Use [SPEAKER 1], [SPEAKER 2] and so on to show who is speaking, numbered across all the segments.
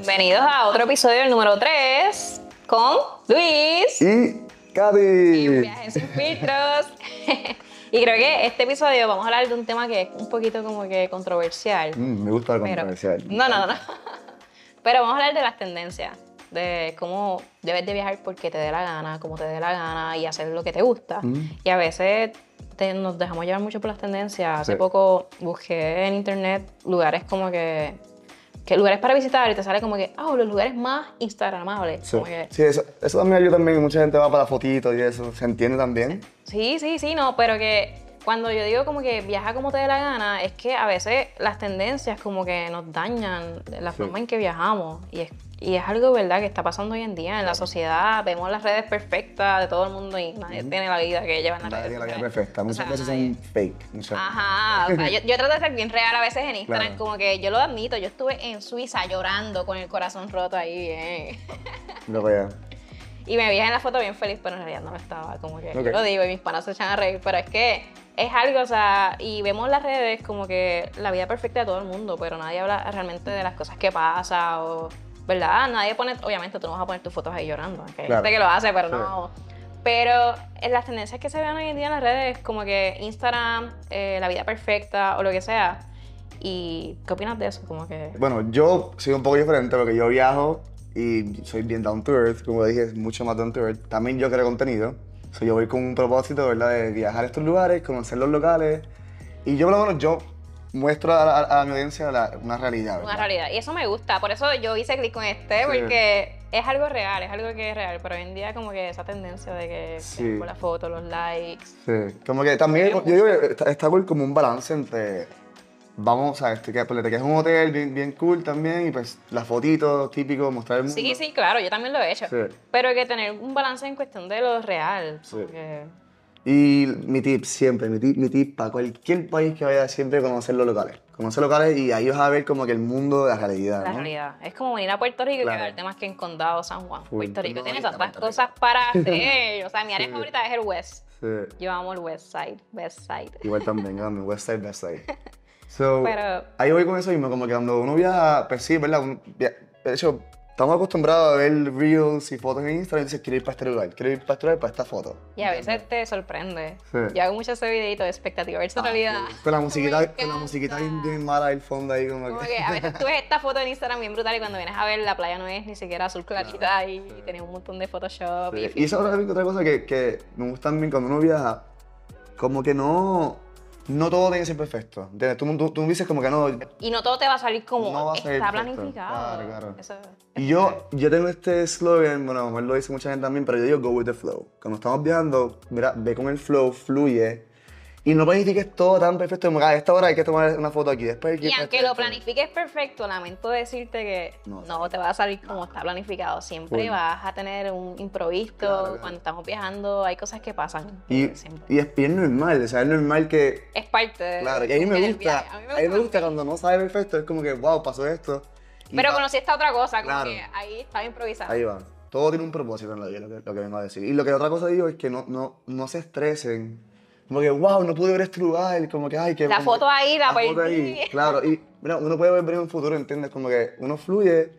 [SPEAKER 1] Bienvenidos a otro episodio del número 3 con Luis.
[SPEAKER 2] y Cari.
[SPEAKER 1] Viajes sin filtros. y creo que este episodio vamos a hablar de un tema que es un poquito como que controversial.
[SPEAKER 2] Mm, me gusta la
[SPEAKER 1] Pero-
[SPEAKER 2] controversial.
[SPEAKER 1] No, no, no. Pero vamos a hablar de las tendencias, de cómo debes de viajar porque te dé la gana, como te dé la gana y hacer lo que te gusta.
[SPEAKER 2] Mm.
[SPEAKER 1] Y a veces te- nos dejamos llevar mucho por las tendencias. Hace
[SPEAKER 2] Sí.
[SPEAKER 1] poco busqué en internet lugares como que, que lugares para visitar y te sale como que, ah, los lugares más instagramables.
[SPEAKER 2] Sí,
[SPEAKER 1] Como que,
[SPEAKER 2] Sí, eso, eso también ayuda también. Mucha gente va para fotitos y eso. ¿Se entiende también?
[SPEAKER 1] Sí, sí, sí, no, pero que cuando yo digo como que viaja como te dé la gana, es que a veces las tendencias como que nos dañan la
[SPEAKER 2] Sí.
[SPEAKER 1] forma en que viajamos. Y es, y es algo, ¿verdad?, que está pasando hoy en día en la sociedad. Vemos las redes perfectas de todo el mundo y nadie tiene la vida que llevan las
[SPEAKER 2] Nadie
[SPEAKER 1] redes
[SPEAKER 2] tiene la vida
[SPEAKER 1] sociales.
[SPEAKER 2] perfecta.
[SPEAKER 1] O
[SPEAKER 2] Muchas
[SPEAKER 1] sea,
[SPEAKER 2] veces
[SPEAKER 1] nadie.
[SPEAKER 2] son fake. Muchas
[SPEAKER 1] Ajá, o sea, yo, yo trato de ser bien real a veces en Instagram,
[SPEAKER 2] Claro.
[SPEAKER 1] como que yo lo admito, yo estuve en Suiza llorando con el corazón roto ahí bien.
[SPEAKER 2] Mira para allá.
[SPEAKER 1] Y me vi en la foto bien feliz, pero en realidad no lo estaba. Como que yo
[SPEAKER 2] Ok.
[SPEAKER 1] lo digo y mis panas se echan a reír, pero es que es algo, o sea, y vemos las redes como que la vida perfecta de todo el mundo, pero nadie habla realmente de las cosas que pasa o, ¿verdad? Nadie pone, obviamente tú no vas a poner tus fotos ahí llorando, ¿ok? hay
[SPEAKER 2] Claro.
[SPEAKER 1] gente que lo hace, pero
[SPEAKER 2] Sí.
[SPEAKER 1] no. Pero en las tendencias que se ven hoy en día en las redes, como que Instagram, eh, la vida perfecta o lo que sea. ¿Y qué opinas de eso? Como que...
[SPEAKER 2] Bueno, yo soy un poco diferente porque yo viajo y soy bien down to earth, como dije, es mucho más down to earth. También yo creo contenido. So, yo voy con un propósito, ¿verdad? De viajar a estos lugares, conocer los locales. Y yo, por lo menos, yo muestro a, a- a mi audiencia la- una realidad.
[SPEAKER 1] Una
[SPEAKER 2] ¿verdad?
[SPEAKER 1] realidad. Y eso me gusta. Por eso yo hice clic con este,
[SPEAKER 2] Sí.
[SPEAKER 1] porque es algo real, es algo que es real. Pero hoy en día como que esa tendencia de que
[SPEAKER 2] Sí.
[SPEAKER 1] eh, por la foto, los likes.
[SPEAKER 2] Sí, como que también, yo digo que está, está cool como un balance entre, vamos, a este, que pues, te quedas en un hotel bien, bien cool también y pues las fotitos típicos, mostrar el mundo.
[SPEAKER 1] Sí, sí, claro, yo también lo he hecho.
[SPEAKER 2] Sí.
[SPEAKER 1] Pero que tener un balance en cuestión de lo real.
[SPEAKER 2] Sí.
[SPEAKER 1] porque-
[SPEAKER 2] Y mi tip siempre, mi tip, mi tip para cualquier país que vaya siempre conocer los locales. Conocer locales y ahí vas a ver como que el mundo de la realidad,
[SPEAKER 1] La
[SPEAKER 2] ¿no?
[SPEAKER 1] realidad. Es como venir a Puerto Rico
[SPEAKER 2] Claro.
[SPEAKER 1] y quedarte más que en Condado San Juan.
[SPEAKER 2] Full.
[SPEAKER 1] Puerto Rico
[SPEAKER 2] No,
[SPEAKER 1] tiene
[SPEAKER 2] ahí está
[SPEAKER 1] tantas
[SPEAKER 2] Puerto Rico.
[SPEAKER 1] cosas para hacer. O sea, mi área
[SPEAKER 2] Sí.
[SPEAKER 1] favorita es el West.
[SPEAKER 2] Sí.
[SPEAKER 1] Yo amo el West Side, West Side.
[SPEAKER 2] Igual también, mi website, website. So,
[SPEAKER 1] Pero-
[SPEAKER 2] ahí voy con eso mismo, como que cuando uno viaja, pues sí, ¿verdad? Uno via- de hecho, estamos acostumbrados a ver reels y fotos en Instagram y dices, quiero ir para este lugar, quiero ir para este lugar para esta foto.
[SPEAKER 1] Y a veces te sorprende.
[SPEAKER 2] Sí. Ah,
[SPEAKER 1] Yo hago mucho ese videito de expectativa versus realidad.
[SPEAKER 2] Con la musiquita,
[SPEAKER 1] me
[SPEAKER 2] con la musiquita bien,
[SPEAKER 1] encanta.
[SPEAKER 2] bien mala del fondo ahí como,
[SPEAKER 1] Como
[SPEAKER 2] que...
[SPEAKER 1] que a veces tú ves esta foto en Instagram bien brutal y cuando vienes a ver la playa no es ni siquiera azul clarita y tenés un montón de Photoshop.
[SPEAKER 2] Sí,
[SPEAKER 1] Y,
[SPEAKER 2] Y eso es otra- otra cosa que, que me gusta también cuando uno viaja, como que no, no todo tiene que ser perfecto. ¿entiendes? Tú, tú, tú dices como que no.
[SPEAKER 1] y no todo te va a salir como
[SPEAKER 2] No va a
[SPEAKER 1] está
[SPEAKER 2] salir perfecto.
[SPEAKER 1] planificado.
[SPEAKER 2] Claro, claro.
[SPEAKER 1] Eso-
[SPEAKER 2] Y yo, yo tengo este slogan, bueno, a lo mejor lo dice mucha gente también, pero yo digo go with the flow. Cuando estamos viajando, mira, ve con el flow, fluye. Y no planifiques todo tan perfecto, como que a esta hora hay que tomar una foto aquí, después hay que
[SPEAKER 1] Y
[SPEAKER 2] ir para
[SPEAKER 1] aunque
[SPEAKER 2] este
[SPEAKER 1] lo
[SPEAKER 2] otro.
[SPEAKER 1] planifiques perfecto, lamento decirte que no,
[SPEAKER 2] No.
[SPEAKER 1] te va a salir como está planificado. Siempre
[SPEAKER 2] Full.
[SPEAKER 1] vas a tener un improviso.
[SPEAKER 2] Claro, claro.
[SPEAKER 1] Cuando estamos viajando hay cosas que pasan.
[SPEAKER 2] Y,
[SPEAKER 1] siempre.
[SPEAKER 2] y es bien normal, o sea, es normal que
[SPEAKER 1] es parte de-
[SPEAKER 2] Claro, y a mí me
[SPEAKER 1] del
[SPEAKER 2] gusta.
[SPEAKER 1] viaje.
[SPEAKER 2] A mí me gusta cuando no sabe perfecto, es como que, wow, pasó esto. Y
[SPEAKER 1] Pero
[SPEAKER 2] va-
[SPEAKER 1] conocí esta otra cosa, como
[SPEAKER 2] Claro.
[SPEAKER 1] que ahí estaba improvisando.
[SPEAKER 2] Ahí va. Todo tiene un propósito en la vida, lo que, lo que vengo a decir. Y lo que otra cosa digo es que no, no, no se estresen. Como que, wow, no pude ver este lugar. Como que, ay, que.
[SPEAKER 1] La
[SPEAKER 2] como
[SPEAKER 1] foto
[SPEAKER 2] que-
[SPEAKER 1] ahí, la
[SPEAKER 2] foto
[SPEAKER 1] perdí.
[SPEAKER 2] ahí. Claro, y mira, uno puede ver en un futuro, ¿entiendes? Como que uno fluye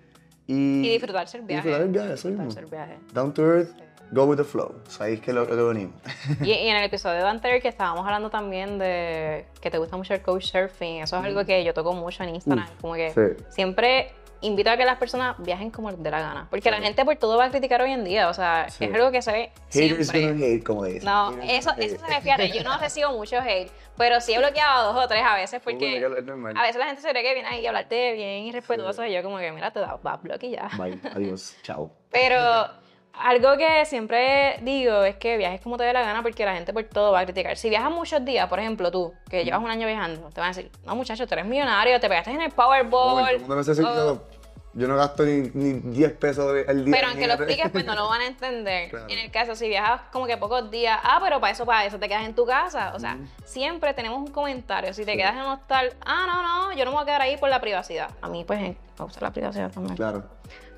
[SPEAKER 2] y.
[SPEAKER 1] Y disfrutarse el
[SPEAKER 2] Mm. y
[SPEAKER 1] viaje.
[SPEAKER 2] disfrutar el viaje, eso
[SPEAKER 1] Disfrutarse el
[SPEAKER 2] mismo.
[SPEAKER 1] viaje.
[SPEAKER 2] Down to earth, go with the flow. O sea, ahí es que lo, lo que venimos.
[SPEAKER 1] Y, y en el episodio anterior que estábamos hablando también de que te gusta mucho el couchsurfing, eso es algo que yo toco mucho en Instagram,
[SPEAKER 2] Uf,
[SPEAKER 1] como que
[SPEAKER 2] Mm. sí.
[SPEAKER 1] siempre invito a que las personas viajen como les dé la gana, porque la gente por todo va a criticar hoy en día, o sea,
[SPEAKER 2] Sí.
[SPEAKER 1] es algo que se ve
[SPEAKER 2] Haters
[SPEAKER 1] siempre.
[SPEAKER 2] gonna hate, como dicen.
[SPEAKER 1] No,
[SPEAKER 2] Haters
[SPEAKER 1] eso,
[SPEAKER 2] gonna
[SPEAKER 1] eso
[SPEAKER 2] hate.
[SPEAKER 1] se me fíjate, yo no recibo mucho hate, pero sí he bloqueado a dos o tres a veces porque
[SPEAKER 2] Bueno, que es normal.
[SPEAKER 1] a veces la gente se cree que viene ahí a hablarte bien y respetuoso y yo como que mira, te da, va a bloquear.
[SPEAKER 2] Bye, adiós, chao.
[SPEAKER 1] Pero algo que siempre digo es que viajes como te dé la gana porque la gente por todo va a criticar. Si viajas muchos días, por ejemplo, tú, que llevas un año viajando, te van a decir, no muchacho, tú eres millonario, te pegaste en el
[SPEAKER 2] Un
[SPEAKER 1] Powerball.
[SPEAKER 2] momento, un momento, ese sí,
[SPEAKER 1] Oh.
[SPEAKER 2] yo- Yo no gasto ni, ni 10 pesos de- al día. este
[SPEAKER 1] Pero aunque lo
[SPEAKER 2] imagínate.
[SPEAKER 1] expliques, pues no lo van a entender.
[SPEAKER 2] Claro.
[SPEAKER 1] En el caso, si viajas como que pocos días, ah, pero para eso, para eso, te quedas en tu casa. O sea, siempre tenemos un comentario. Si te quedas en un hostal, ah, no, no, yo no me voy a quedar ahí por la privacidad. A mí, pues, me gusta la privacidad también.
[SPEAKER 2] Claro.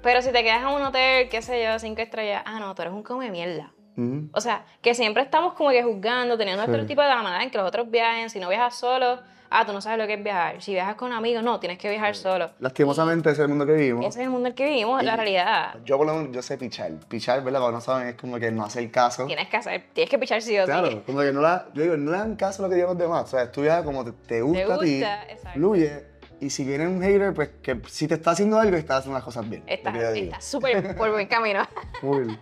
[SPEAKER 1] Pero si te quedas en un hotel, qué sé yo, cinco estrellas, ah, no, tú eres un come mierda.
[SPEAKER 2] Ujú.
[SPEAKER 1] O sea, que siempre estamos como que juzgando, teniendo
[SPEAKER 2] Sí.
[SPEAKER 1] nuestro tipo de la manera en que los otros viajen. Si no viajas solo, ah, tú no sabes lo que es viajar. Si viajas con amigos, no, tienes que viajar solo.
[SPEAKER 2] Lastimosamente ese es el mundo que vivimos.
[SPEAKER 1] Ese es el mundo en el que vivimos, la
[SPEAKER 2] Y-
[SPEAKER 1] realidad.
[SPEAKER 2] Yo por lo menos yo sé pichar. Pichar, ¿verdad? Para no saben, es como que no hacer caso.
[SPEAKER 1] Tienes que hacer, tienes que pichar sí o sí.
[SPEAKER 2] Claro, como que no la, yo digo, no le dan caso a lo que digan los demás. O sea, estudia como te, te gusta, a ti,
[SPEAKER 1] gusta, exacto.
[SPEAKER 2] fluye. Y si viene un hater, pues que si te está haciendo algo, está haciendo las cosas bien. lo
[SPEAKER 1] Estás
[SPEAKER 2] que yo digo.
[SPEAKER 1] estás súper por buen camino.
[SPEAKER 2] Muy bien.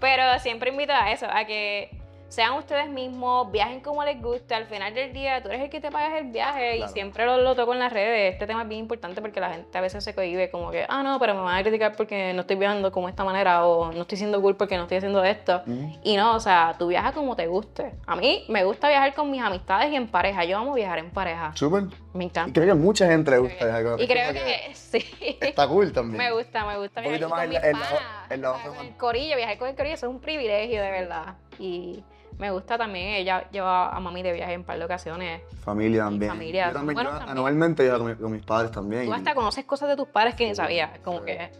[SPEAKER 1] Pero siempre invito a eso, a que sean ustedes mismos, viajen como les gusta. Al final del día, tú eres el que te pagas el viaje
[SPEAKER 2] Claro.
[SPEAKER 1] y siempre lo, lo toco en las redes. Este tema es bien importante porque la gente a veces se cohíbe, como que, ah, no, pero me van a criticar porque no estoy viajando como esta manera o no estoy siendo cool porque no estoy haciendo esto.
[SPEAKER 2] Ujú.
[SPEAKER 1] Y no, o sea, tú viajas como te guste. A mí me gusta viajar con mis amistades y en pareja. Yo amo viajar en pareja.
[SPEAKER 2] Súper.
[SPEAKER 1] Me
[SPEAKER 2] Y
[SPEAKER 1] encanta.
[SPEAKER 2] creo que a mucha gente le gusta. es algo-
[SPEAKER 1] Y
[SPEAKER 2] es
[SPEAKER 1] creo
[SPEAKER 2] como
[SPEAKER 1] que sí.
[SPEAKER 2] Está cool también.
[SPEAKER 1] Me gusta, me gusta
[SPEAKER 2] Un poquito
[SPEAKER 1] viajar
[SPEAKER 2] más
[SPEAKER 1] con
[SPEAKER 2] en
[SPEAKER 1] mis
[SPEAKER 2] la- en la-
[SPEAKER 1] panas.
[SPEAKER 2] en la
[SPEAKER 1] o sea,
[SPEAKER 2] hoja
[SPEAKER 1] con
[SPEAKER 2] humana.
[SPEAKER 1] el corillo, viajar con el corillo, eso es un privilegio, de verdad. Y me gusta también, ella lleva a mami de viaje en par de ocasiones.
[SPEAKER 2] Familia
[SPEAKER 1] Y
[SPEAKER 2] también.
[SPEAKER 1] familia,
[SPEAKER 2] Yo también,
[SPEAKER 1] bueno,
[SPEAKER 2] yo
[SPEAKER 1] también.
[SPEAKER 2] anualmente yo con, mi- con mis padres también.
[SPEAKER 1] Tú
[SPEAKER 2] y-
[SPEAKER 1] hasta conoces cosas de tus padres que ni
[SPEAKER 2] Sí,
[SPEAKER 1] sabías, como
[SPEAKER 2] sí,
[SPEAKER 1] que...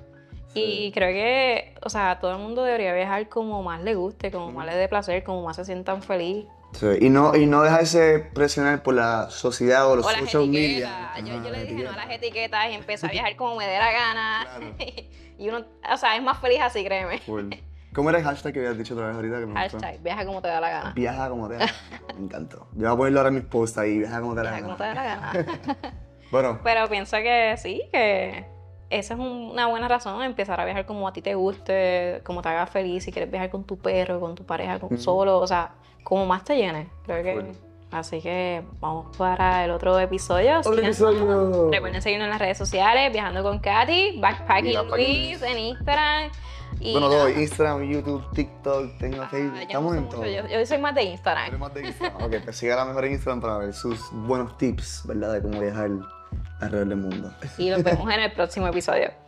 [SPEAKER 2] sí.
[SPEAKER 1] Y creo que, o sea, todo el mundo debería viajar como más le guste, como más le dé placer, como más se sientan feliz.
[SPEAKER 2] Sí, y no, y no dejarse presionar por la sociedad o los
[SPEAKER 1] O las
[SPEAKER 2] social media.
[SPEAKER 1] etiquetas. Yo,
[SPEAKER 2] Ajá,
[SPEAKER 1] yo le dije no a
[SPEAKER 2] etiquetas.
[SPEAKER 1] las etiquetas y empecé a viajar como me dé la gana.
[SPEAKER 2] Claro.
[SPEAKER 1] y uno, o sea, es más feliz así, créeme.
[SPEAKER 2] Cool. ¿Cómo era el hashtag que habías dicho otra vez ahorita? Que me gustó?
[SPEAKER 1] Hashtag, viaja como te da la gana.
[SPEAKER 2] Viaja como te da. Me encantó. Yo voy a ponerlo ahora en mis posts ahí, viaja como te da.
[SPEAKER 1] Viaja como te da la gana.
[SPEAKER 2] Bueno,
[SPEAKER 1] Pero pienso que sí, que esa es un- una buena razón, empezar a viajar como a ti te guste, como te haga feliz, si quieres viajar con tu perro, con tu pareja, con
[SPEAKER 2] Ujú.
[SPEAKER 1] solo, o sea, como más te llene, creo que.
[SPEAKER 2] Bueno.
[SPEAKER 1] Así que vamos para el otro episodio.
[SPEAKER 2] otro
[SPEAKER 1] Sigan-
[SPEAKER 2] episodio.
[SPEAKER 1] Recuerden seguirnos en las redes sociales, viajando con Katy,
[SPEAKER 2] Y
[SPEAKER 1] Backpacking
[SPEAKER 2] Backpacking
[SPEAKER 1] Luis en Instagram. Y
[SPEAKER 2] Bueno,
[SPEAKER 1] nada,
[SPEAKER 2] todo, Instagram, YouTube, TikTok, tengo
[SPEAKER 1] ah, yo
[SPEAKER 2] Facebook,
[SPEAKER 1] no
[SPEAKER 2] estamos
[SPEAKER 1] uso
[SPEAKER 2] en
[SPEAKER 1] mucho,
[SPEAKER 2] todo.
[SPEAKER 1] Yo, Ah. yo soy más de Instagram.
[SPEAKER 2] Eres más de Instagram. Ok, pues siga la mejor en Instagram para ver sus buenos tips, ¿verdad? De cómo viajar alrededor del mundo.
[SPEAKER 1] Y nos vemos en el próximo episodio.